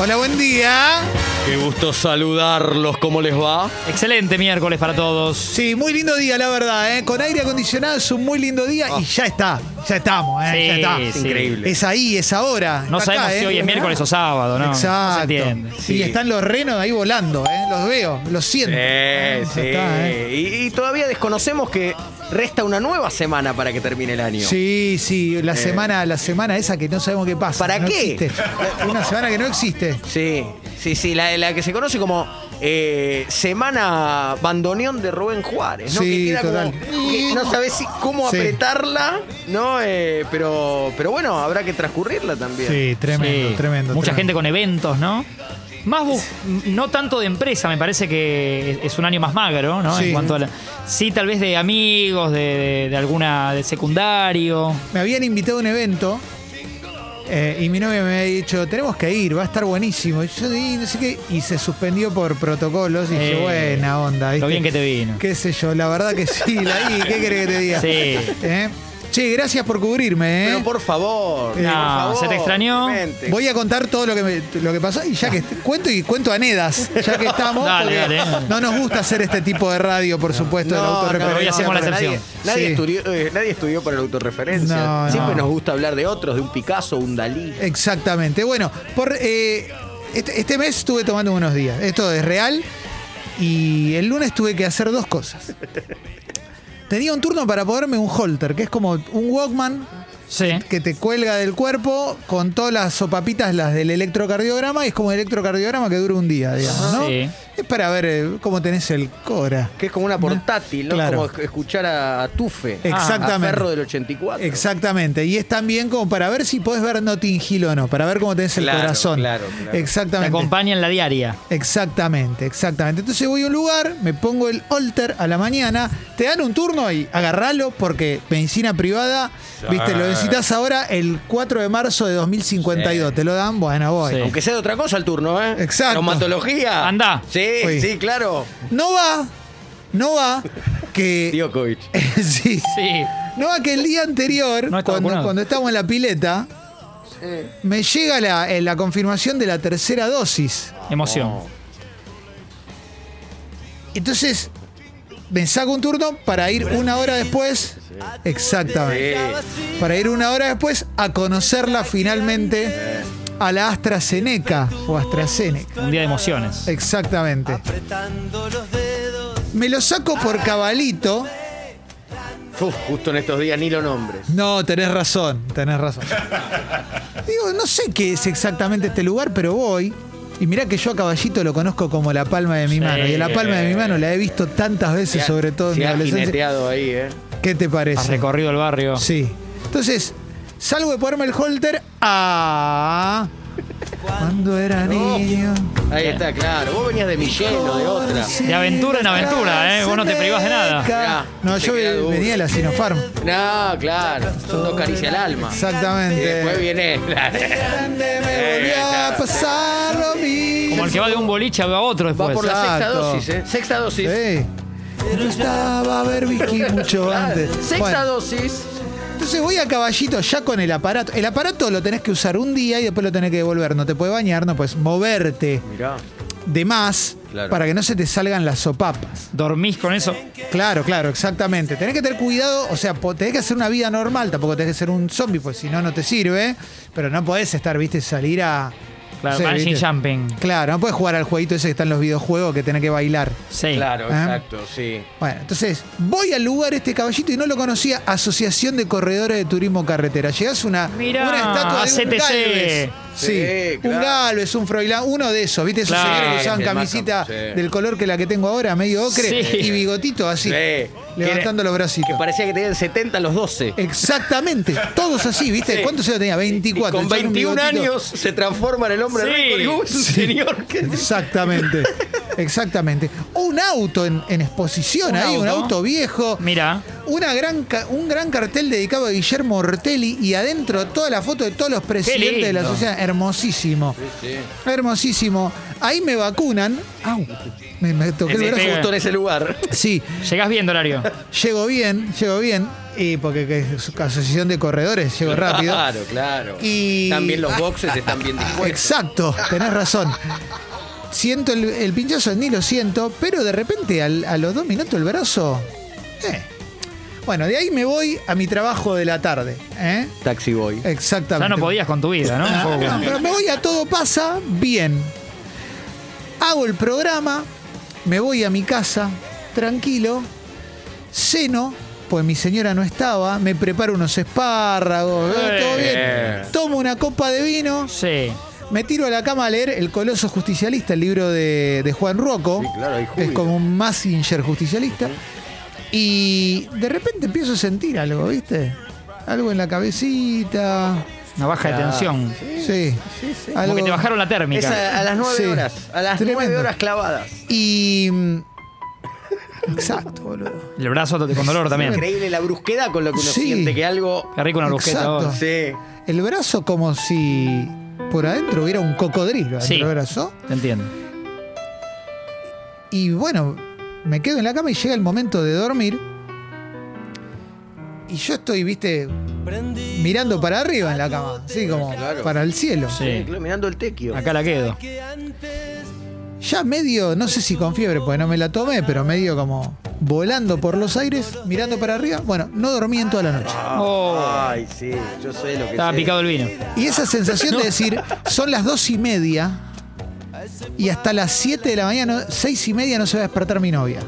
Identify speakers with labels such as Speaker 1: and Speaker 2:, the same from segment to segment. Speaker 1: Hola, buen día.
Speaker 2: Qué gusto saludarlos, ¿cómo les va?
Speaker 3: Excelente miércoles para todos.
Speaker 1: Sí, muy lindo día, la verdad, ¿eh? Con aire acondicionado es un muy lindo día y ya está. Ya estamos, ¿eh? ya
Speaker 3: Sí,
Speaker 1: está.
Speaker 3: sí. Increíble.
Speaker 1: Es ahí, es ahora.
Speaker 3: No
Speaker 1: Está acá,
Speaker 3: sabemos si
Speaker 1: ¿eh?
Speaker 3: hoy es miércoles o sábado, ¿no? No se
Speaker 1: Exacto.
Speaker 3: entiende.
Speaker 1: Y están los renos ahí volando, ¿eh? Los veo, los siento.
Speaker 2: Eh,
Speaker 1: Ya
Speaker 2: sí.
Speaker 1: está, ¿eh?
Speaker 2: y, y todavía desconocemos que resta una nueva semana para que termine el año.
Speaker 1: Sí, sí, la semana, la semana esa que no sabemos qué pasa.
Speaker 4: ¿Para
Speaker 1: no
Speaker 4: qué?
Speaker 1: existe. Una semana que no existe.
Speaker 4: Sí, sí, sí, la, la que se conoce como eh, Semana Bandoneón de Rubén Juárez, ¿no?
Speaker 1: Sí,
Speaker 4: que queda como-
Speaker 1: total.
Speaker 4: que no sabes si- cómo
Speaker 1: Sí.
Speaker 4: apretarla, ¿no? Eh, pero, pero bueno, habrá que transcurrirla también.
Speaker 1: Sí, tremendo,
Speaker 3: Sí.
Speaker 1: tremendo.
Speaker 3: Mucha gente
Speaker 1: tremendo.
Speaker 3: con eventos, ¿no? Más bu- no tanto de empresa, me parece que es- es un año más magro, ¿no?
Speaker 1: Sí.
Speaker 3: En cuanto a la- sí, tal vez de amigos, de, de- de alguna del secundario.
Speaker 1: Me habían invitado a un evento eh, y mi novia me había dicho, tenemos que ir, va a estar buenísimo. Y yo di, no sé qué, y se suspendió por protocolos y dije,
Speaker 3: Eh,
Speaker 1: buena onda.
Speaker 3: Lo
Speaker 1: ¿viste?
Speaker 3: bien que te vino.
Speaker 1: Qué sé yo, la verdad que sí, la vi, ¿qué querés que te diga?
Speaker 3: Sí.
Speaker 1: ¿Eh? Che, gracias por cubrirme,
Speaker 4: Pero
Speaker 1: ¿eh?
Speaker 4: por favor,
Speaker 1: No,
Speaker 4: por favor,
Speaker 3: se te extrañó.
Speaker 4: realmente.
Speaker 1: Voy a contar todo lo que, me- lo que pasó y ya que cuento y cuento anedas, ya que estamos.
Speaker 3: Dale,
Speaker 1: porque
Speaker 3: dale.
Speaker 1: No nos gusta hacer este tipo de radio, por supuesto, de la
Speaker 4: No,
Speaker 1: autorreferencia,
Speaker 3: hoy hacemos la
Speaker 1: pero-
Speaker 3: excepción.
Speaker 4: Nadie, nadie
Speaker 1: Sí.
Speaker 4: estudió, eh, nadie estudió para la autorreferencia.
Speaker 1: No,
Speaker 4: Siempre
Speaker 3: no.
Speaker 4: nos gusta hablar de otros, de un Picasso, un Dalí.
Speaker 1: Exactamente. Bueno, por eh, este, este mes estuve tomando unos días. Esto es real. Y el lunes tuve que hacer dos cosas. Tenía un turno para ponerme un holter, que es como un Walkman
Speaker 3: Sí.
Speaker 1: que te cuelga del cuerpo con todas las sopapitas, las del electrocardiograma, y es como el electrocardiograma que dura un día, digamos, ¿no?
Speaker 3: Sí.
Speaker 1: Es para ver eh, cómo tenés el Cora.
Speaker 4: Que es como una portátil, ¿no?
Speaker 1: Claro.
Speaker 4: Como esc- escuchar a, a Tufe.
Speaker 1: Exactamente.
Speaker 4: A Ferro Ah, del 84.
Speaker 1: Exactamente, y es también como para ver si podés ver Notting Hill o no, para ver cómo tenés el
Speaker 4: Claro,
Speaker 1: corazón.
Speaker 4: claro, claro.
Speaker 3: Te
Speaker 1: Exactamente.
Speaker 3: acompaña en la diaria.
Speaker 1: Exactamente, exactamente. Entonces voy a un lugar, me pongo el alter a la mañana, te dan un turno y agarralo porque medicina privada, viste, lo necesitas ahora el 4 de marzo de 2052. ¿Te lo dan? Bueno, voy.
Speaker 3: Sí.
Speaker 4: Aunque sea de otra cosa el turno, ¿eh?
Speaker 1: Exacto.
Speaker 4: Traumatología.
Speaker 3: Andá.
Speaker 4: Sí,
Speaker 1: Uy.
Speaker 4: sí, claro.
Speaker 1: No va, no va que...
Speaker 4: Djokovic.
Speaker 1: sí.
Speaker 3: Sí.
Speaker 1: No va que el día anterior,
Speaker 3: No está
Speaker 1: cuando,
Speaker 3: vacunado.
Speaker 1: cuando estábamos en la pileta, me llega la, eh, la confirmación de la tercera dosis.
Speaker 3: Emoción.
Speaker 1: Oh. Entonces, me saco un turno para ir una hora después. Exactamente. Para ir una hora después a conocerla finalmente a la AstraZeneca o AstraZeneca.
Speaker 3: Un día de emociones.
Speaker 1: Exactamente. Me lo saco por cabalito.
Speaker 4: Uf, justo en estos días ni lo nombres.
Speaker 1: No, tenés razón, tenés razón. Digo, no sé qué es exactamente este lugar, pero voy. Y mirá que yo a caballito lo conozco como la palma de mi
Speaker 3: Sí.
Speaker 1: mano. Y la palma de mi mano la he visto tantas veces, sobre todo en
Speaker 4: Se
Speaker 1: mi
Speaker 4: ha
Speaker 1: adolescencia.
Speaker 4: jineteado ahí, ¿eh?
Speaker 1: ¿Qué te
Speaker 3: Has
Speaker 1: parece?
Speaker 3: recorrido el barrio.
Speaker 1: Sí. Entonces, salgo de ponerme el holter a. Cuando era niño.
Speaker 4: Ahí está, claro. Vos venías de Michelo, de otra.
Speaker 3: De aventura en aventura, ¿eh? Vos no te privás de nada.
Speaker 1: Seneca. No,
Speaker 4: Te
Speaker 1: yo
Speaker 4: queda
Speaker 1: ve-
Speaker 4: duro.
Speaker 1: venía de la Sinopharm.
Speaker 4: No, claro. Son dos caricias al alma. Y después Eh,
Speaker 1: Exactamente.
Speaker 4: viene.
Speaker 1: Grande me volvió a pasar lo mismo.
Speaker 3: Como el que va de un boliche a otro
Speaker 4: Va
Speaker 3: después.
Speaker 4: por la sexta
Speaker 1: Exacto.
Speaker 4: dosis, ¿eh? Sexta dosis.
Speaker 1: Sí. No estaba Berbisky mucho
Speaker 4: Claro.
Speaker 1: antes.
Speaker 4: Sexta
Speaker 1: Bueno,
Speaker 4: dosis.
Speaker 1: entonces voy a caballito ya con el aparato. El aparato lo tenés que usar un día y después lo tenés que devolver. No te puedes bañar, no puedes moverte
Speaker 4: Mirá.
Speaker 1: de más
Speaker 4: Claro.
Speaker 1: para que no se te salgan las sopapas.
Speaker 3: Dormís con eso.
Speaker 1: Claro, claro, exactamente. Tenés que tener cuidado, o sea, po- tenés que hacer una vida normal, tampoco tenés que ser un zombie, pues si no, no te sirve. Pero no podés estar, viste, salir a. no
Speaker 3: Claro,
Speaker 1: sé,
Speaker 3: bungee
Speaker 1: ¿viste?
Speaker 3: jumping.
Speaker 1: Claro, no podés jugar al jueguito ese que está en los videojuegos que tenés que bailar.
Speaker 3: Sí.
Speaker 4: Claro,
Speaker 1: ¿Eh?
Speaker 4: exacto, sí.
Speaker 1: Bueno, entonces voy al lugar este caballito y no lo conocía, Asociación de Corredores de Turismo Carretera. Llegás a una,
Speaker 3: Mirá,
Speaker 1: una estatua de un
Speaker 3: ACTC.
Speaker 1: Galvez. Sí,
Speaker 4: Sí, claro.
Speaker 1: un Galvez, un Froilán, uno de esos, ¿viste? Esos
Speaker 3: Claro.
Speaker 1: señores que usaban
Speaker 4: El más
Speaker 1: camisita
Speaker 4: cam- sí.
Speaker 1: del color que la que tengo ahora, medio ocre,
Speaker 3: Sí.
Speaker 1: y bigotito así,
Speaker 4: Sí.
Speaker 1: levantando los
Speaker 4: Que
Speaker 1: bracitos.
Speaker 4: parecía que tenían 70 a los 12.
Speaker 1: Exactamente, todos así, ¿viste?
Speaker 4: Sí.
Speaker 1: ¿Cuántos años tenía? 24.
Speaker 4: Y con
Speaker 1: echar un
Speaker 4: 21
Speaker 1: bigotito.
Speaker 4: años se transforma en el hombre
Speaker 3: Sí.
Speaker 4: rico. Digo, es un
Speaker 1: Sí.
Speaker 4: señor que...
Speaker 1: Exactamente, exactamente. Un auto en, en exposición
Speaker 3: ¿Un
Speaker 1: ahí, un
Speaker 3: auto?
Speaker 1: auto viejo.
Speaker 3: Mira.
Speaker 1: una gran, ca- un gran cartel dedicado a Guillermo Ortelli y adentro toda la foto de todos los presidentes de la
Speaker 3: lindo.
Speaker 1: sociedad. Hermosísimo. Hermosísimo. Ahí me vacunan. Au. Me, me toqué el
Speaker 3: Te
Speaker 1: brazo.
Speaker 3: pega.
Speaker 4: Justo en ese lugar.
Speaker 1: Sí,
Speaker 3: Llegás bien, horario.
Speaker 1: llego bien, llego bien. Y porque que es asociación de corredores, llego rápido.
Speaker 4: Claro, claro.
Speaker 1: Y-
Speaker 4: También los boxes están bien dispuestos.
Speaker 1: Exacto, tenés razón. Siento el, el pinchazo, ni lo siento, pero de repente al- a los dos minutos el brazo. eh. Bueno, de ahí me voy a mi trabajo de la tarde. ¿eh?
Speaker 4: Taxi Boy.
Speaker 1: Exactamente.
Speaker 3: Ya no podías con tu vida, ¿no? Un poco.
Speaker 1: No, pero me voy a todo pasa bien. Hago el programa, me voy a mi casa, tranquilo, ceno, pues mi señora no estaba, me preparo unos espárragos, ¿eh? todo
Speaker 3: Eh.
Speaker 1: bien. Tomo una copa de vino,
Speaker 3: Sí.
Speaker 1: me tiro a la cama a leer El Coloso Justicialista, el libro de, de Juan Rocco.
Speaker 4: Sí, claro, hay
Speaker 1: es
Speaker 4: júbilo.
Speaker 1: como un Massinger justicialista. Y de repente empiezo a sentir algo, ¿viste? Algo en la cabecita.
Speaker 3: Una baja de tensión.
Speaker 1: Sí.
Speaker 3: Como
Speaker 1: algo.
Speaker 3: que te bajaron la
Speaker 4: Es
Speaker 3: térmica.
Speaker 4: a, a las nueve
Speaker 1: Sí.
Speaker 4: horas. A las
Speaker 1: Tremendo.
Speaker 4: nueve horas clavadas.
Speaker 1: Y. mm, Exacto, boludo.
Speaker 3: El brazo con dolor también.
Speaker 4: Increíble la brusquedad con lo que uno
Speaker 1: Sí.
Speaker 4: siente que algo.
Speaker 3: Qué rico una brusqueta.
Speaker 1: Exacto.
Speaker 3: vos.
Speaker 4: Sí.
Speaker 1: El brazo como si por adentro hubiera un cocodrilo.
Speaker 3: Sí.
Speaker 1: adentro del brazo.
Speaker 3: Te entiendo.
Speaker 1: Y bueno, me quedo en la cama y llega el momento de dormir. Y yo estoy, viste, mirando para arriba en la cama, así como
Speaker 4: Claro.
Speaker 1: para el cielo.
Speaker 3: Sí.
Speaker 4: Claro, Mirando el tequio.
Speaker 3: Acá la quedo.
Speaker 1: Ya medio, no sé si con fiebre, porque no me la tomé, pero medio como volando por los aires, mirando para arriba. Bueno, no dormí en toda la noche.
Speaker 3: Oh,
Speaker 4: Ay, sí. Yo sé lo que
Speaker 3: estaba
Speaker 4: sé.
Speaker 3: picado el vino.
Speaker 1: Y esa sensación de decir, son las dos y media y hasta las 7 de la mañana, seis y media no se va a despertar mi novia.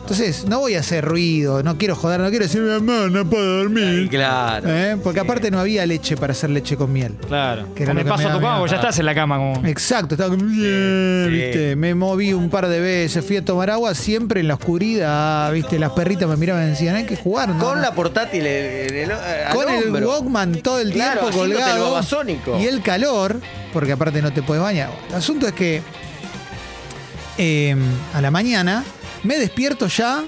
Speaker 1: Entonces, no voy a hacer ruido, no quiero joder, no quiero decir, mamá, no puedo
Speaker 4: Sí,
Speaker 1: dormir.
Speaker 4: Claro.
Speaker 1: ¿Eh? Porque aparte no había leche para hacer leche con miel.
Speaker 3: Claro.
Speaker 1: Que era lo que
Speaker 3: Me
Speaker 1: me
Speaker 3: paso
Speaker 1: da
Speaker 3: tu cama,
Speaker 1: miedo.
Speaker 3: vos ya estás en la cama como.
Speaker 1: Exacto, estaba como, bien,
Speaker 4: sí.
Speaker 1: ¿viste? Me moví un par de veces, fui a tomar agua, siempre en la oscuridad, ¿viste? Las perritas me miraban y decían, hay que jugar, ¿no?
Speaker 4: Con la portátil en el, al
Speaker 1: Con el
Speaker 4: hombro.
Speaker 1: Walkman todo el
Speaker 4: Claro,
Speaker 1: tiempo
Speaker 4: haciéndote el
Speaker 1: colgado.
Speaker 4: babasónico.
Speaker 1: Y el calor, porque aparte no te puedes bañar. El asunto es que eh, a la mañana me despierto ya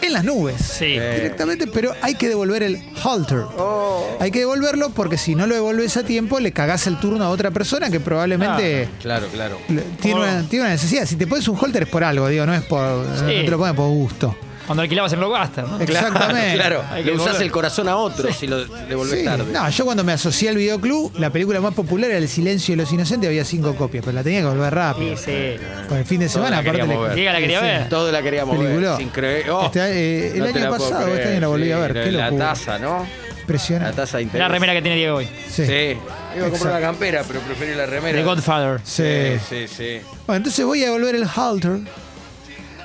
Speaker 1: en las nubes.
Speaker 3: Sí.
Speaker 1: Directamente, pero hay que devolver el halter.
Speaker 4: Oh.
Speaker 1: Hay que devolverlo porque si no lo devolves a tiempo, le cagás el turno a otra persona que probablemente
Speaker 4: Claro, claro. Oh.
Speaker 1: le- tiene,
Speaker 3: Como-
Speaker 1: una, tiene una necesidad. Si te pones un halter es por algo, digo, no es por. no
Speaker 3: Sí.
Speaker 1: te lo pones por gusto.
Speaker 3: Cuando alquilabas en Blockbuster, ¿no?
Speaker 1: Exactamente.
Speaker 4: Claro,
Speaker 3: Hay que
Speaker 4: le usás
Speaker 3: volver.
Speaker 4: el corazón a otro si lo devolvés
Speaker 1: Sí.
Speaker 4: tarde.
Speaker 1: No, yo cuando me asocié al videoclub, la película más popular era El silencio de los inocentes, había cinco copias, pero la tenía que volver rápido.
Speaker 3: Sí, sí.
Speaker 1: Con el fin de semana,
Speaker 4: la
Speaker 1: aparte
Speaker 4: queríamos
Speaker 1: le-
Speaker 4: ver.
Speaker 3: Llega la quería
Speaker 1: Sí.
Speaker 3: ver.
Speaker 4: Todo la queríamos
Speaker 1: Peliculón.
Speaker 4: ver. Sin creer. Oh,
Speaker 1: Este, eh, el
Speaker 4: no te
Speaker 1: año
Speaker 4: la puedo
Speaker 1: pasado,
Speaker 4: creer,
Speaker 1: este año la volví a ver,
Speaker 4: sí,
Speaker 1: qué
Speaker 4: La
Speaker 1: locura.
Speaker 4: taza, ¿no? La
Speaker 1: impresionante.
Speaker 4: taza de
Speaker 3: La
Speaker 4: interés.
Speaker 3: remera que tiene Diego hoy.
Speaker 1: Sí.
Speaker 4: Sí. Iba a comprar
Speaker 1: Exacto.
Speaker 4: una campera, pero preferí la remera.
Speaker 3: The Godfather.
Speaker 1: Sí.
Speaker 4: Sí, sí.
Speaker 1: Bueno, entonces voy a devolver el halter.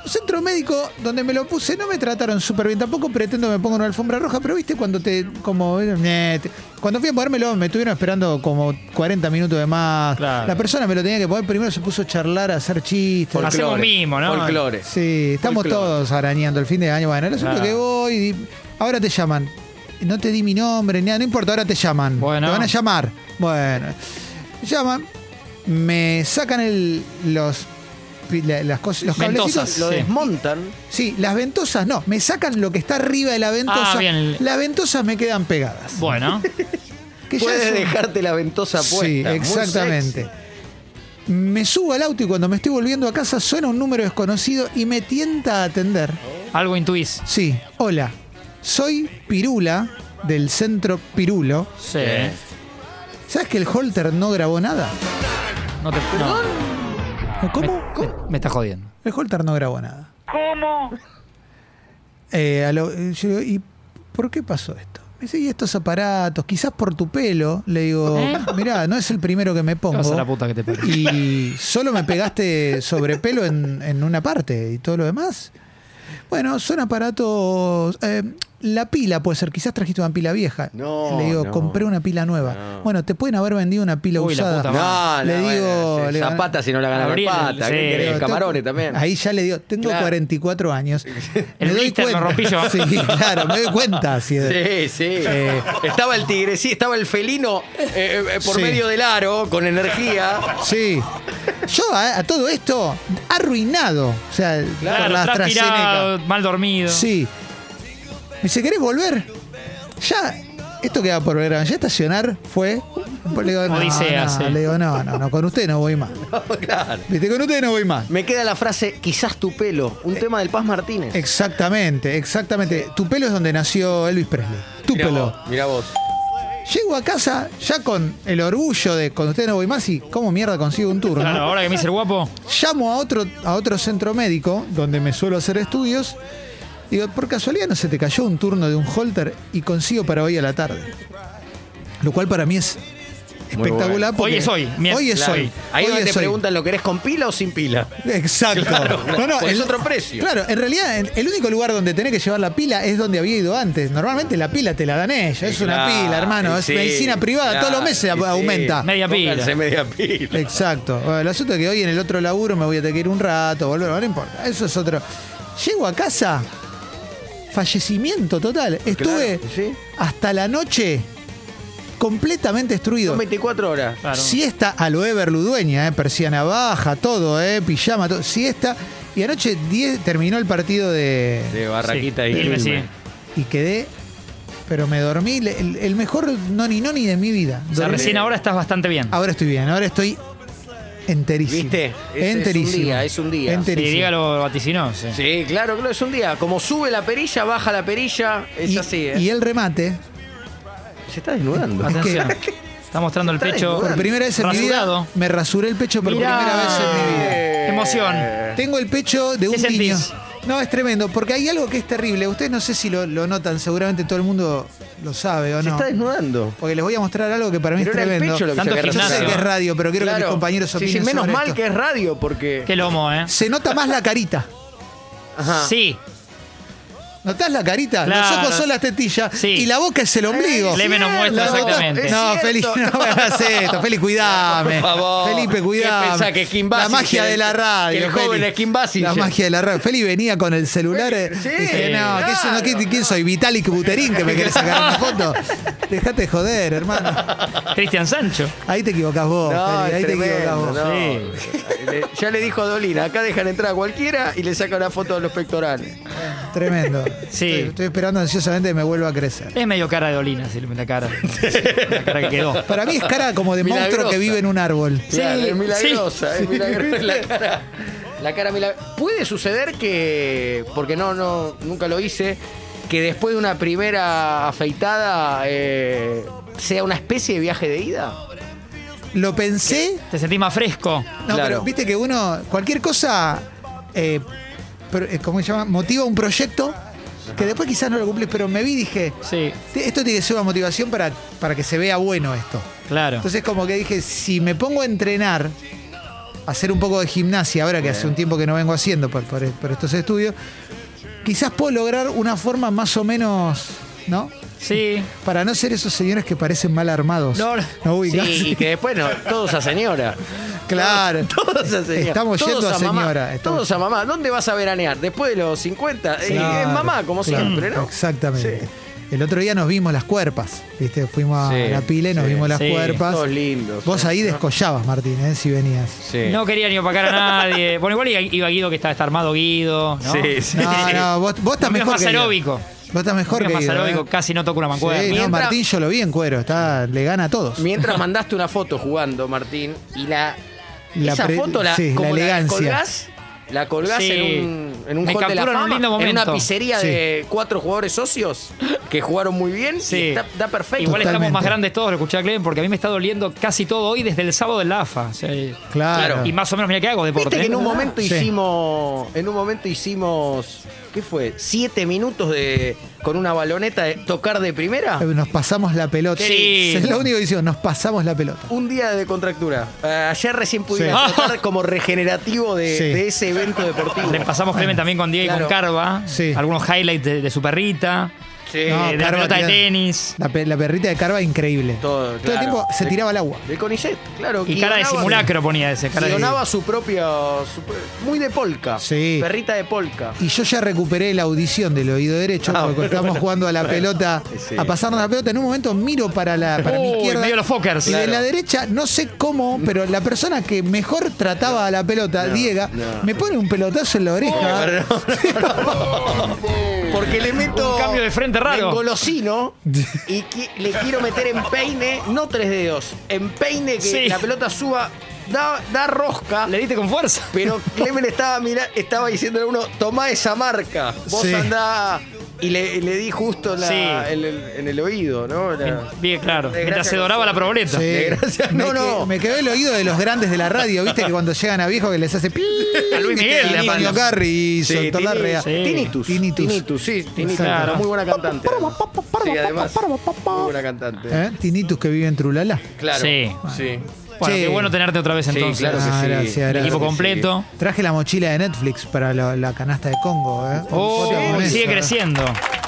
Speaker 1: Un centro médico donde me lo puse no me trataron súper bien. Tampoco pretendo me ponga una alfombra roja, pero viste cuando te. como eh, te- Cuando fui a ponérmelo, me estuvieron esperando como 40 minutos de más.
Speaker 3: Claro.
Speaker 1: La persona me lo tenía que poner primero, se puso a charlar, a hacer chistes.
Speaker 3: Hacemos
Speaker 4: Folclore,
Speaker 3: mimo, ¿no?
Speaker 4: Folclore.
Speaker 1: Sí, estamos
Speaker 4: Folclore.
Speaker 1: todos arañando el fin de año. Bueno, el asunto
Speaker 3: Claro.
Speaker 1: que voy. di- Ahora te llaman. No te di mi nombre, ni nada, no importa, ahora te llaman.
Speaker 3: Bueno.
Speaker 1: Te van a llamar. Bueno. Llaman, me sacan el, los, pi- la- las cosas, los
Speaker 3: Ventosas.
Speaker 1: cablecitos.
Speaker 4: Lo
Speaker 3: Sí.
Speaker 4: desmontan.
Speaker 1: Sí, las ventosas no, me sacan lo que está arriba de la ventosa.
Speaker 3: Ah, bien.
Speaker 1: Las ventosas me quedan pegadas.
Speaker 3: Bueno,
Speaker 1: Que ya
Speaker 4: Puedes
Speaker 1: es un-
Speaker 4: dejarte la ventosa puesta.
Speaker 1: Sí,
Speaker 4: Muy
Speaker 1: exactamente.
Speaker 4: sexy.
Speaker 1: Me subo al auto y cuando me estoy volviendo a casa suena un número desconocido y me tienta a atender.
Speaker 3: algo intuís.
Speaker 1: Sí, hola. Soy Pirula del centro Pirulo.
Speaker 3: Sí.
Speaker 1: ¿Sabes que el Holter no grabó nada?
Speaker 3: No te. No.
Speaker 1: ¿Cómo?
Speaker 3: Me, me estás jodiendo.
Speaker 1: El Holter no grabó nada. ¿Cómo? yo digo, ¿y por qué pasó esto? Me dice, y estos aparatos, quizás por tu pelo. Le digo, mirá, no es el primero que me
Speaker 3: Te vas a
Speaker 1: pongo.
Speaker 3: la puta que te parió.
Speaker 1: y solo me pegaste sobre pelo en, en una parte y todo lo demás. Bueno, son aparatos. eh, la pila puede ser, quizás trajiste una pila vieja.
Speaker 4: No,
Speaker 1: Le digo,
Speaker 4: no.
Speaker 1: compré una pila nueva.
Speaker 4: No.
Speaker 1: Bueno, te pueden haber vendido una pila
Speaker 3: Uy, la
Speaker 1: usada.
Speaker 3: puta madre.
Speaker 4: No,
Speaker 1: Le
Speaker 4: no,
Speaker 1: digo-
Speaker 4: bueno, sí,
Speaker 1: le digo-
Speaker 4: zapata si no la ganas
Speaker 3: Gabriel,
Speaker 4: pata.
Speaker 3: sí.
Speaker 4: ¿Qué
Speaker 1: Le
Speaker 4: querés?
Speaker 1: digo, tengo-
Speaker 4: Camarones también.
Speaker 1: Ahí ya le digo, tengo
Speaker 4: Claro.
Speaker 1: 44 años.
Speaker 3: El
Speaker 1: me doy
Speaker 3: blister lo
Speaker 1: cuenta.
Speaker 3: rompí yo.
Speaker 1: Sí, claro, me doy cuenta. así de- Eh,
Speaker 4: Sí, sí. estaba el tigre, sí, estaba el felino eh, eh, por
Speaker 1: Sí.
Speaker 4: medio del aro, con energía.
Speaker 1: Sí. Yo a, a todo esto, arruinado. O sea, por
Speaker 3: Claro,
Speaker 1: la
Speaker 3: estás
Speaker 1: AstraZeneca.
Speaker 3: tirado, mal dormido.
Speaker 1: Sí. Me dice, ¿querés volver? Ya, esto queda por ver. Ya estacionar fue. pues Le digo, no,
Speaker 3: Odisea,
Speaker 1: no,
Speaker 3: sí.
Speaker 1: le digo, no, no, no, con usted no voy más.
Speaker 4: Claro.
Speaker 1: Viste, con usted no voy más.
Speaker 4: Me queda la frase, quizás tu pelo,
Speaker 1: Eh.
Speaker 4: un tema del Paz Martínez.
Speaker 1: Exactamente, exactamente. Tu pelo es donde nació Elvis Presley. Tu pelo.
Speaker 4: Mira vos.
Speaker 1: Llego a casa ya con el orgullo de con usted no voy más y cómo mierda consigo un turno.
Speaker 3: Claro, ahora que me hice el guapo.
Speaker 1: Llamo a otro, a otro centro médico donde me suelo hacer estudios. Digo, por casualidad no se te cayó un turno de un holter y consigo para hoy a la tarde. Lo cual para mí es
Speaker 4: Muy
Speaker 1: espectacular.
Speaker 3: bueno.
Speaker 1: porque
Speaker 3: Hoy es hoy, mierda,
Speaker 1: Hoy es
Speaker 3: claro.
Speaker 1: hoy.
Speaker 4: Ahí
Speaker 1: hoy
Speaker 4: donde
Speaker 1: es
Speaker 4: te
Speaker 1: hoy.
Speaker 4: preguntan, ¿lo querés con pila o sin pila?
Speaker 1: Exacto.
Speaker 4: Claro,
Speaker 1: no, no,
Speaker 4: pues es
Speaker 1: el-
Speaker 4: otro precio.
Speaker 1: Claro, en realidad el- el único lugar donde tenés que llevar la pila es donde había ido antes. Normalmente la pila te la dan ella, es una
Speaker 4: Eh, Claro,
Speaker 1: pila, hermano, es
Speaker 4: sí,
Speaker 1: medicina privada,
Speaker 4: claro, eh,
Speaker 1: todos los meses
Speaker 4: sí, sí.
Speaker 1: aumenta.
Speaker 3: Media pila.
Speaker 4: Pónganse media pila.
Speaker 1: Exacto. Bueno, el asunto es que hoy en el otro laburo me voy a tener que ir un rato, volver, no importa. Eso es otro. Llego a casa, fallecimiento total. Estuve
Speaker 4: Claro, sí.
Speaker 1: hasta la noche completamente destruido.
Speaker 4: Son 24 horas.
Speaker 3: Claro.
Speaker 1: Siesta a lo Everludueña, eh, persiana baja, todo, eh, pijama, todo, siesta. Y anoche 10 terminó el partido de,
Speaker 4: De barraquita
Speaker 3: Sí,
Speaker 4: y
Speaker 3: el
Speaker 4: Quilmes.
Speaker 3: Messi.
Speaker 1: y quedé, pero me dormí, le- el, el mejor noni noni de mi vida.
Speaker 3: O sea,
Speaker 1: Dormí. Ah,
Speaker 3: recién ahora estás bastante bien.
Speaker 1: Ahora estoy bien, ahora estoy enterísimo.
Speaker 4: ¿Viste? Ese es un
Speaker 1: Enterísimo.
Speaker 4: día, es un día.
Speaker 3: Y
Speaker 1: Enterísimo.
Speaker 3: Diego lo vaticinó. sí.
Speaker 4: Sí, claro, claro, es un día. Como sube la perilla, baja la perilla, es
Speaker 1: Y,
Speaker 4: así, ¿eh?
Speaker 1: y Ah, el remate,
Speaker 4: Se está desnudando.
Speaker 3: Atención.
Speaker 1: Es
Speaker 3: Está mostrando el
Speaker 4: Está
Speaker 3: pecho.
Speaker 1: por primera vez en mi
Speaker 3: Rasurado.
Speaker 1: vida, me rasuré el pecho por
Speaker 3: Mirá.
Speaker 1: primera vez en mi vida.
Speaker 4: Eh.
Speaker 3: Qué Emoción.
Speaker 1: Tengo el pecho de un
Speaker 3: ¿Qué
Speaker 1: niño.
Speaker 3: sentís?
Speaker 1: No, es tremendo, porque hay algo que es terrible. Ustedes no sé si lo, lo notan, seguramente todo el mundo lo sabe o
Speaker 4: Se
Speaker 1: no.
Speaker 4: está desnudando.
Speaker 1: Porque les voy a mostrar algo que para mí
Speaker 4: Pero
Speaker 1: es
Speaker 4: era el
Speaker 1: tremendo.
Speaker 4: pecho lo que
Speaker 3: Tanto
Speaker 4: se
Speaker 1: Yo
Speaker 4: había
Speaker 1: sé
Speaker 3: gimnasio.
Speaker 1: que es
Speaker 4: rasurado.
Speaker 1: radio, pero quiero que
Speaker 4: Claro.
Speaker 1: mis compañeros
Speaker 4: Sí,
Speaker 1: opinen
Speaker 4: sí, menos
Speaker 1: sobre
Speaker 4: mal
Speaker 1: esto.
Speaker 4: que es radio, porque...
Speaker 3: Qué lomo, ¿eh?
Speaker 1: Se nota más la carita. Ah.
Speaker 4: Ajá. Eh,
Speaker 3: Sí.
Speaker 1: ¿Notás la carita? Los
Speaker 3: Claro.
Speaker 1: ojos son las tetillas
Speaker 3: Sí.
Speaker 1: y la boca es el
Speaker 4: Eh,
Speaker 1: ombligo.
Speaker 3: Leme nos muestra
Speaker 1: La boca-
Speaker 3: exactamente.
Speaker 1: No,
Speaker 4: Es
Speaker 1: Feli,
Speaker 4: cierto.
Speaker 1: no me hagas esto. Feli, cuidame.
Speaker 4: Por favor.
Speaker 1: Felipe, cuidame.
Speaker 4: ¿Qué pensás, que Kim
Speaker 1: La
Speaker 4: Basinger,
Speaker 1: magia de la radio.
Speaker 4: que el joven
Speaker 1: Feli.
Speaker 4: es Kim Basinger?
Speaker 1: La magia de la radio. Feli venía con el celular. eh,
Speaker 4: Sí,
Speaker 1: dije, no, ¿qué soy- no, ¿quién,
Speaker 4: claro,
Speaker 1: quién soy? Vitalik Buterín, que me querés sacar una foto. Dejate de joder, hermano.
Speaker 3: Cristian Sancho.
Speaker 1: Ahí te equivocás vos,
Speaker 4: No,
Speaker 1: Feli. Ahí
Speaker 4: es
Speaker 1: te equivocás
Speaker 4: tremendo,
Speaker 1: vos.
Speaker 4: no. Le- Ya le dijo a Dolina, acá dejan entrar a cualquiera y le saca una foto de los pectorales.
Speaker 1: Tremendo.
Speaker 3: Sí.
Speaker 1: Estoy, estoy esperando ansiosamente que me vuelva a crecer.
Speaker 3: Es medio cara de Olina, sí, la cara. La cara que quedó.
Speaker 1: Para mí es cara como de monstruo
Speaker 4: Milagrosa.
Speaker 1: que vive en un árbol.
Speaker 3: Sí,
Speaker 4: Claro, es milagrosa,
Speaker 3: sí.
Speaker 4: es milagrosa la cara. La cara milag- Puede suceder que, porque no, no, nunca lo hice, que después de una primera afeitada eh, sea una especie de viaje de ida.
Speaker 1: Lo pensé.
Speaker 3: Te sentís más fresco.
Speaker 1: No,
Speaker 4: Claro.
Speaker 1: pero viste que uno, cualquier cosa, eh, pro- eh, ¿cómo se llama? Motiva un proyecto que después quizás no lo cumples, pero me vi y dije,
Speaker 3: Sí,
Speaker 1: "Te- esto tiene que ser una motivación para, para que se vea bueno esto.
Speaker 3: claro.
Speaker 1: Entonces como que dije, si me pongo a entrenar, a hacer un poco de gimnasia, ahora que hace un tiempo que no vengo haciendo por, por- por estos estudios, quizás puedo lograr una forma más o menos, ¿no?
Speaker 3: Sí.
Speaker 1: Para no ser esos señores que parecen mal armados.
Speaker 3: No, no.
Speaker 1: ubicás?
Speaker 4: Sí, y que después no, todos a señora.
Speaker 1: Claro.
Speaker 4: Todos a señora.
Speaker 1: Estamos
Speaker 4: todos
Speaker 1: yendo a
Speaker 4: mamá,
Speaker 1: señora, estamos-
Speaker 4: Todos a mamá. ¿Dónde vas a veranear? Después de los 50. Eh,
Speaker 1: Claro,
Speaker 4: es mamá, como
Speaker 1: claro,
Speaker 4: siempre, ¿no?
Speaker 1: Exactamente.
Speaker 4: Sí.
Speaker 1: El otro día nos vimos las cuerpas, ¿viste? Fuimos a
Speaker 4: Sí,
Speaker 1: la pile, nos
Speaker 4: sí,
Speaker 1: vimos las
Speaker 3: sí.
Speaker 1: cuerpas.
Speaker 4: Todos lindos.
Speaker 1: Vos ahí descollabas, Martín, ¿eh? si venías.
Speaker 4: Sí.
Speaker 3: No quería ni opacar a nadie. Bueno, igual iba- iba Guido que está, está armado Guido. ¿no?
Speaker 4: Sí, sí.
Speaker 1: No, no, vos, vos estás
Speaker 3: Lo mío
Speaker 1: mejor
Speaker 3: es más
Speaker 1: que Guido.
Speaker 3: aeróbico.
Speaker 1: Vos estás mejor
Speaker 3: Porque
Speaker 1: que
Speaker 3: es más
Speaker 1: Guido,
Speaker 3: aeróbico,
Speaker 1: ¿eh?
Speaker 3: casi no toco una mancuerna.
Speaker 1: Sí, no,
Speaker 4: Mientras-
Speaker 1: Martín yo lo vi en cuero, está, le gana a todos.
Speaker 4: Mientras mandaste una foto jugando, Martín, y la,
Speaker 1: La
Speaker 4: esa
Speaker 1: pre-
Speaker 4: foto la,
Speaker 1: sí, la
Speaker 4: como la
Speaker 1: elegancia.
Speaker 4: colgás, la colgás
Speaker 3: Sí.
Speaker 4: en un, en un
Speaker 3: Me
Speaker 4: hall de la
Speaker 3: capturan un
Speaker 4: fama,
Speaker 3: lindo
Speaker 4: en
Speaker 3: momento.
Speaker 4: una pizzería
Speaker 1: Sí.
Speaker 4: de cuatro jugadores socios que jugaron muy bien,
Speaker 3: Sí.
Speaker 4: y está, da perfecto.
Speaker 3: Igual estamos
Speaker 1: Totalmente.
Speaker 3: más grandes todos, lo escuché a Clemen, porque a mí me está doliendo casi todo hoy desde el sábado del AFA. O sea,
Speaker 1: Claro.
Speaker 3: Y más o menos, mira qué hago, deporte.
Speaker 4: Viste que
Speaker 3: ¿eh?
Speaker 4: en un momento
Speaker 1: Sí.
Speaker 4: hicimos, en un momento hicimos, ¿qué fue? Siete minutos de con una baloneta de tocar de primera.
Speaker 1: Eh, Nos pasamos la pelota.
Speaker 3: Sí.
Speaker 1: Es lo único que hicimos, nos pasamos la pelota.
Speaker 4: Un día de contractura. Eh, ayer recién pudimos
Speaker 3: Sí.
Speaker 4: tratar como regenerativo de,
Speaker 1: Sí.
Speaker 4: de ese evento deportivo.
Speaker 3: Repasamos Clemen también con Diego y
Speaker 4: Claro.
Speaker 3: con Carva.
Speaker 1: Sí.
Speaker 3: Algunos highlights de, de su perrita.
Speaker 4: Sí.
Speaker 1: No,
Speaker 3: eh, de la
Speaker 1: Carva
Speaker 3: pelota de
Speaker 1: tirando.
Speaker 3: tenis.
Speaker 1: La, pe- la perrita de Carva, increíble.
Speaker 4: Todo,
Speaker 1: el
Speaker 4: claro.
Speaker 1: tiempo se
Speaker 4: De-
Speaker 1: tiraba al agua.
Speaker 4: De Conicet, claro.
Speaker 3: Y cara de
Speaker 4: guionaba-
Speaker 3: simulacro ponía ese. Cara de...
Speaker 4: Guionaba su propia. su pro- muy de polka.
Speaker 1: Sí.
Speaker 4: Perrita de polka.
Speaker 1: Y yo ya recuperé la audición del oído derecho
Speaker 4: Ah,
Speaker 1: porque
Speaker 4: bueno,
Speaker 1: estábamos
Speaker 4: bueno.
Speaker 1: jugando a la
Speaker 4: Bueno,
Speaker 1: pelota,
Speaker 4: sí.
Speaker 1: a pasarnos la pelota. En un momento miro para la para mi
Speaker 3: Uy,
Speaker 1: izquierda.
Speaker 3: medio los Fokkers.
Speaker 1: Y de
Speaker 4: Claro.
Speaker 1: la derecha, no sé cómo, pero la persona que mejor trataba a la pelota, Diego,
Speaker 4: no.
Speaker 1: me pone un pelotazo en la oreja.
Speaker 4: Porque le meto.
Speaker 3: Un cambio de frente raro.
Speaker 4: En golosino. Y qui- le quiero meter en peine, no tres dedos. En peine que
Speaker 3: Sí.
Speaker 4: la pelota suba, da, da rosca.
Speaker 3: Le diste con fuerza.
Speaker 4: Pero Clemen estaba, mira, estaba diciéndole a uno: tomá esa marca. Vos
Speaker 1: Sí.
Speaker 4: andá. Y le, le di justo la-
Speaker 3: Sí.
Speaker 4: en, el, en el oído, ¿no? La-
Speaker 3: Bien, claro.
Speaker 4: Desgracia
Speaker 3: Mientras se
Speaker 4: con
Speaker 3: doraba la
Speaker 4: suerte.
Speaker 3: proboleta.
Speaker 1: Sí.
Speaker 4: Gracias.
Speaker 1: Me
Speaker 4: No,
Speaker 1: que-
Speaker 4: no.
Speaker 1: Me quedó el oído de los grandes de la radio, ¿viste? Que cuando llegan a viejo que les hace pi.
Speaker 3: A Luis Miguel le
Speaker 1: Niño
Speaker 3: apagó.
Speaker 1: Carri y
Speaker 4: Sí,
Speaker 1: Soltar la
Speaker 4: tini-
Speaker 1: rea.
Speaker 3: sí.
Speaker 4: Tinnitus.
Speaker 1: Tinnitus.
Speaker 4: sí, Tinnitus.
Speaker 3: Claro.
Speaker 4: Una muy buena cantante. además. Sí, además. Muy buena cantante.
Speaker 1: ¿Eh? Tinnitus que vive en Trulala.
Speaker 4: Claro.
Speaker 3: Sí.
Speaker 4: Sí.
Speaker 3: Bueno,
Speaker 1: Sí.
Speaker 3: qué bueno tenerte otra vez
Speaker 4: Sí,
Speaker 3: entonces.
Speaker 4: claro que
Speaker 1: Ah,
Speaker 4: sí.
Speaker 1: gracias,
Speaker 4: Claro
Speaker 3: El equipo
Speaker 4: que sí.
Speaker 3: completo.
Speaker 1: Traje la mochila de Netflix para la, la canasta de Congo. ¿eh?
Speaker 3: Oh,
Speaker 1: Foto con
Speaker 3: y sigue
Speaker 1: eso.
Speaker 3: creciendo.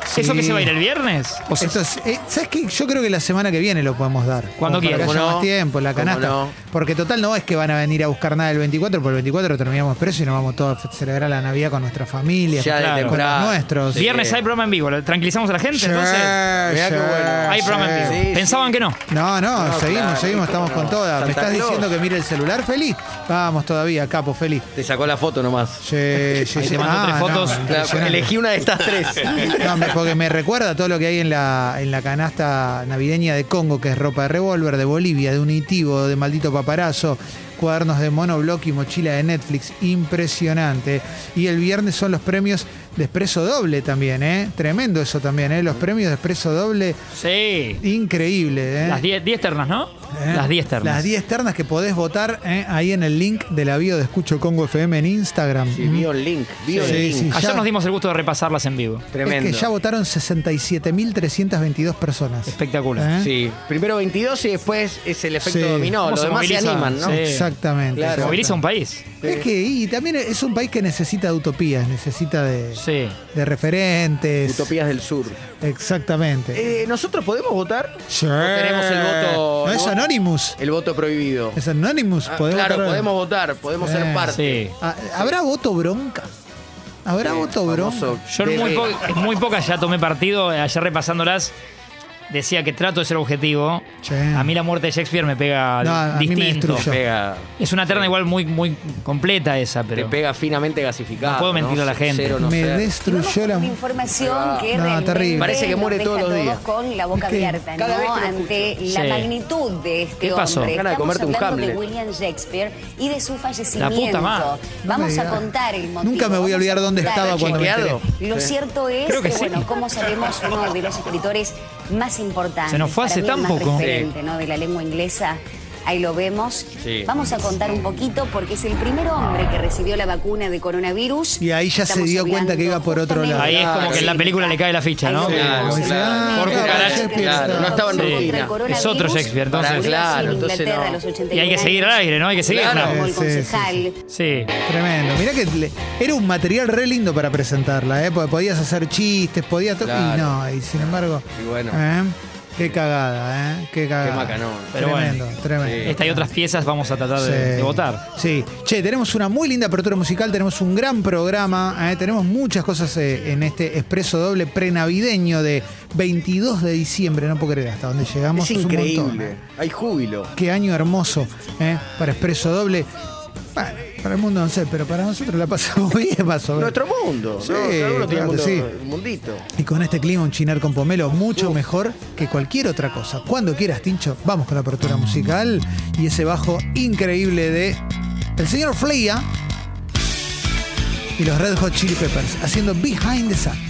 Speaker 1: Sí.
Speaker 3: ¿Eso que se va a ir el viernes? O sea,
Speaker 1: Esto es- eh, ¿Sabes qué? Yo creo que la semana que viene lo podemos dar.
Speaker 3: Cuando
Speaker 1: Como para
Speaker 3: quieras.
Speaker 1: que haya
Speaker 4: ¿Cómo no?
Speaker 1: más tiempo, la
Speaker 4: ¿Cómo
Speaker 1: canasta.
Speaker 4: no?
Speaker 1: Porque total no es que van a venir a buscar nada el 24, porque el 24 terminamos preso y nos vamos todos a celebrar la Navidad con nuestra familia,
Speaker 4: Ya de
Speaker 1: con los
Speaker 4: temprano.
Speaker 1: nuestros.
Speaker 4: Sí.
Speaker 3: viernes hay programa en vivo. ¿Lo ¿Tranquilizamos a la gente
Speaker 1: Sí,
Speaker 3: entonces?
Speaker 4: Mirá qué
Speaker 1: sí,
Speaker 4: bueno.
Speaker 3: Hay
Speaker 1: sí.
Speaker 3: programa en vivo.
Speaker 4: Sí,
Speaker 3: Pensaban
Speaker 4: sí.
Speaker 3: que no.
Speaker 1: No, no,
Speaker 4: No,
Speaker 1: seguimos, seguimos,
Speaker 4: claro, cómo
Speaker 1: estamos
Speaker 4: no.
Speaker 1: con todas. ¿Me
Speaker 4: Santa
Speaker 1: estás
Speaker 4: Claus.
Speaker 1: diciendo que mire el celular, Feli? Vamos todavía, capo, Feli.
Speaker 4: Te sacó la foto nomás.
Speaker 1: Sí, sí,
Speaker 3: Ahí
Speaker 1: sí.
Speaker 3: te mando tres
Speaker 1: Ah, no,
Speaker 3: fotos.
Speaker 4: Claro,
Speaker 1: impresionante.
Speaker 4: elegí una de estas tres.
Speaker 1: No, me- porque me recuerda todo lo que hay en la, en la canasta navideña de Congo, que es ropa de revólver, de Bolivia, de Unitivo, de Maldito Paparazo, cuadernos de monoblock y mochila de Netflix. Impresionante. Y el viernes son los premios de Expreso Doble también, ¿eh? Tremendo eso también, ¿eh? Los premios de Expreso Doble,
Speaker 3: Sí.
Speaker 1: increíble, ¿eh?
Speaker 3: Las 10 10 ternas, ¿no?
Speaker 1: ¿Eh?
Speaker 3: Las 10 ternas.
Speaker 1: Las 10 ternas que podés votar ¿eh? ahí en el link de la bio de Escucho Congo FM en Instagram.
Speaker 4: Sí,
Speaker 1: Mm.
Speaker 4: vio el link. Vio
Speaker 1: Sí,
Speaker 4: el
Speaker 1: sí,
Speaker 4: link.
Speaker 1: sí.
Speaker 3: Ayer
Speaker 1: Ya-
Speaker 3: nos dimos el gusto de repasarlas en vivo.
Speaker 4: Tremendo.
Speaker 1: Es que ya votaron 67.322 personas.
Speaker 3: Espectacular.
Speaker 1: ¿Eh?
Speaker 4: Sí. Primero 22 y después es el efecto
Speaker 1: Sí.
Speaker 4: dominó.
Speaker 3: ¿Cómo
Speaker 4: Los
Speaker 3: se
Speaker 4: demás se
Speaker 3: moviliza?
Speaker 4: animan, ¿no?
Speaker 3: Sí.
Speaker 1: Exactamente.
Speaker 4: Eh, Claro.
Speaker 3: Se moviliza un país.
Speaker 1: Es que y también es un país que necesita de utopías, necesita de,
Speaker 3: Sí.
Speaker 1: de referentes.
Speaker 4: Utopías del Sur.
Speaker 1: Exactamente.
Speaker 4: Eh, ¿Nosotros podemos votar?
Speaker 1: Sí.
Speaker 4: tenemos el voto-
Speaker 1: No es Anonymous.
Speaker 4: El voto prohibido.
Speaker 1: Es Anonymous.
Speaker 4: Ah,
Speaker 1: podemos
Speaker 4: claro,
Speaker 1: votar-
Speaker 4: podemos votar, podemos
Speaker 1: Eh,
Speaker 4: ser parte.
Speaker 3: Sí.
Speaker 1: Ah, ¿Habrá voto bronca? ¿Habrá voto bronca?
Speaker 4: Famoso
Speaker 3: Yo en muy,
Speaker 4: DD.
Speaker 3: po- en muy pocas ya tomé partido, eh, ayer repasándolas, decía que trato de ser objetivo.
Speaker 1: Sí.
Speaker 3: A mí la muerte de Shakespeare me pega
Speaker 1: No, a- a mí me
Speaker 3: distinto.
Speaker 1: destruyó.
Speaker 4: Pega,
Speaker 3: es una terna igual muy, muy completa esa,
Speaker 4: te
Speaker 3: pero...
Speaker 4: pega finamente gasificado.
Speaker 3: No puedo mentirle a la gente.
Speaker 4: Cero no
Speaker 1: Me
Speaker 4: ser.
Speaker 1: destruyó la.
Speaker 5: Una información que
Speaker 1: No,
Speaker 5: realmente
Speaker 1: terrible.
Speaker 4: Parece que muere
Speaker 5: nos deja
Speaker 4: todos los días.
Speaker 5: con la boca
Speaker 1: Es que
Speaker 5: abierta,
Speaker 4: cada vez
Speaker 5: ¿no?
Speaker 4: que lo
Speaker 5: Ante
Speaker 3: escucho.
Speaker 5: la
Speaker 3: Sí.
Speaker 5: magnitud de este
Speaker 3: ¿Qué pasó?
Speaker 5: hombre.
Speaker 4: Ganas de
Speaker 5: Estamos
Speaker 4: comerte un
Speaker 5: hablando de
Speaker 4: Hamlet.
Speaker 5: William Shakespeare y de su fallecimiento.
Speaker 3: puta madre.
Speaker 5: Vamos
Speaker 1: me
Speaker 5: a
Speaker 1: digas.
Speaker 5: contar el motivo.
Speaker 1: Nunca me voy a
Speaker 5: vamos
Speaker 1: olvidar dónde
Speaker 5: contar-
Speaker 1: estaba cuando me
Speaker 4: Chequeado.
Speaker 1: enteré.
Speaker 5: Lo cierto es
Speaker 3: Creo que
Speaker 5: que,
Speaker 3: sí.
Speaker 5: bueno, como sabemos, uno de los escritores más importantes.
Speaker 3: Se nos fue
Speaker 5: para
Speaker 3: hace
Speaker 5: mí
Speaker 3: tan
Speaker 5: el más
Speaker 3: poco.
Speaker 5: referente, ¿no? De la lengua inglesa. Ahí lo vemos.
Speaker 4: Sí.
Speaker 5: Vamos a contar un poquito porque es el primer hombre que recibió la vacuna de coronavirus.
Speaker 1: Y ahí ya se dio cuenta que iba por otro lado.
Speaker 3: Ahí es como que en la película le cae la ficha, ¿no?
Speaker 4: Claro,
Speaker 1: Como dice, ah,
Speaker 3: Por
Speaker 1: claro,
Speaker 3: cucaracha.
Speaker 1: Shakespeare
Speaker 4: Claro,
Speaker 1: está-
Speaker 4: no estaba en
Speaker 3: Sí.
Speaker 4: rutina.
Speaker 3: Es otro Shakespeare, entonces.
Speaker 4: Claro, entonces no.
Speaker 3: Y hay que seguir al aire, ¿no? Hay que seguirla.
Speaker 4: Claro.
Speaker 5: Como el
Speaker 1: Sí, sí, sí.
Speaker 5: concejal.
Speaker 3: Sí.
Speaker 1: Tremendo. Mirá que le- era un material re lindo para presentarla, ¿eh? Porque podías hacer chistes, podías. to- Y
Speaker 4: Claro.
Speaker 1: no, y sin embargo.
Speaker 4: Y bueno.
Speaker 1: ¿eh? Qué cagada, ¿eh? Qué cagada.
Speaker 4: Qué macanón.
Speaker 3: Pero
Speaker 1: tremendo,
Speaker 3: bueno.
Speaker 1: tremendo.
Speaker 4: Sí.
Speaker 3: Esta y otras piezas vamos a tratar de,
Speaker 1: Sí.
Speaker 3: de votar.
Speaker 1: Sí. Che, tenemos una muy linda apertura musical, tenemos un gran programa, ¿eh? tenemos muchas cosas eh, en este expreso doble prenavideño de 22 de diciembre. No puedo creer hasta dónde llegamos.
Speaker 4: Es
Speaker 1: un montón,
Speaker 4: increíble.
Speaker 1: ¿eh?
Speaker 4: Hay júbilo.
Speaker 1: Qué año hermoso ¿eh? para expreso doble. Bueno, para el mundo no sé, pero para nosotros la pasamos bien, más o menos.
Speaker 4: Nuestro mundo.
Speaker 1: Sí,
Speaker 4: ¿no? Cada uno tiene
Speaker 1: claro,
Speaker 4: un mundo-
Speaker 1: sí.
Speaker 4: un mundito.
Speaker 1: Y con este clima, un chinar con pomelo mucho mejor que cualquier otra cosa. Cuando quieras, Tincho, vamos con la apertura musical y ese bajo increíble de el señor Fleia y los Red Hot Chili Peppers haciendo Behind the Sun.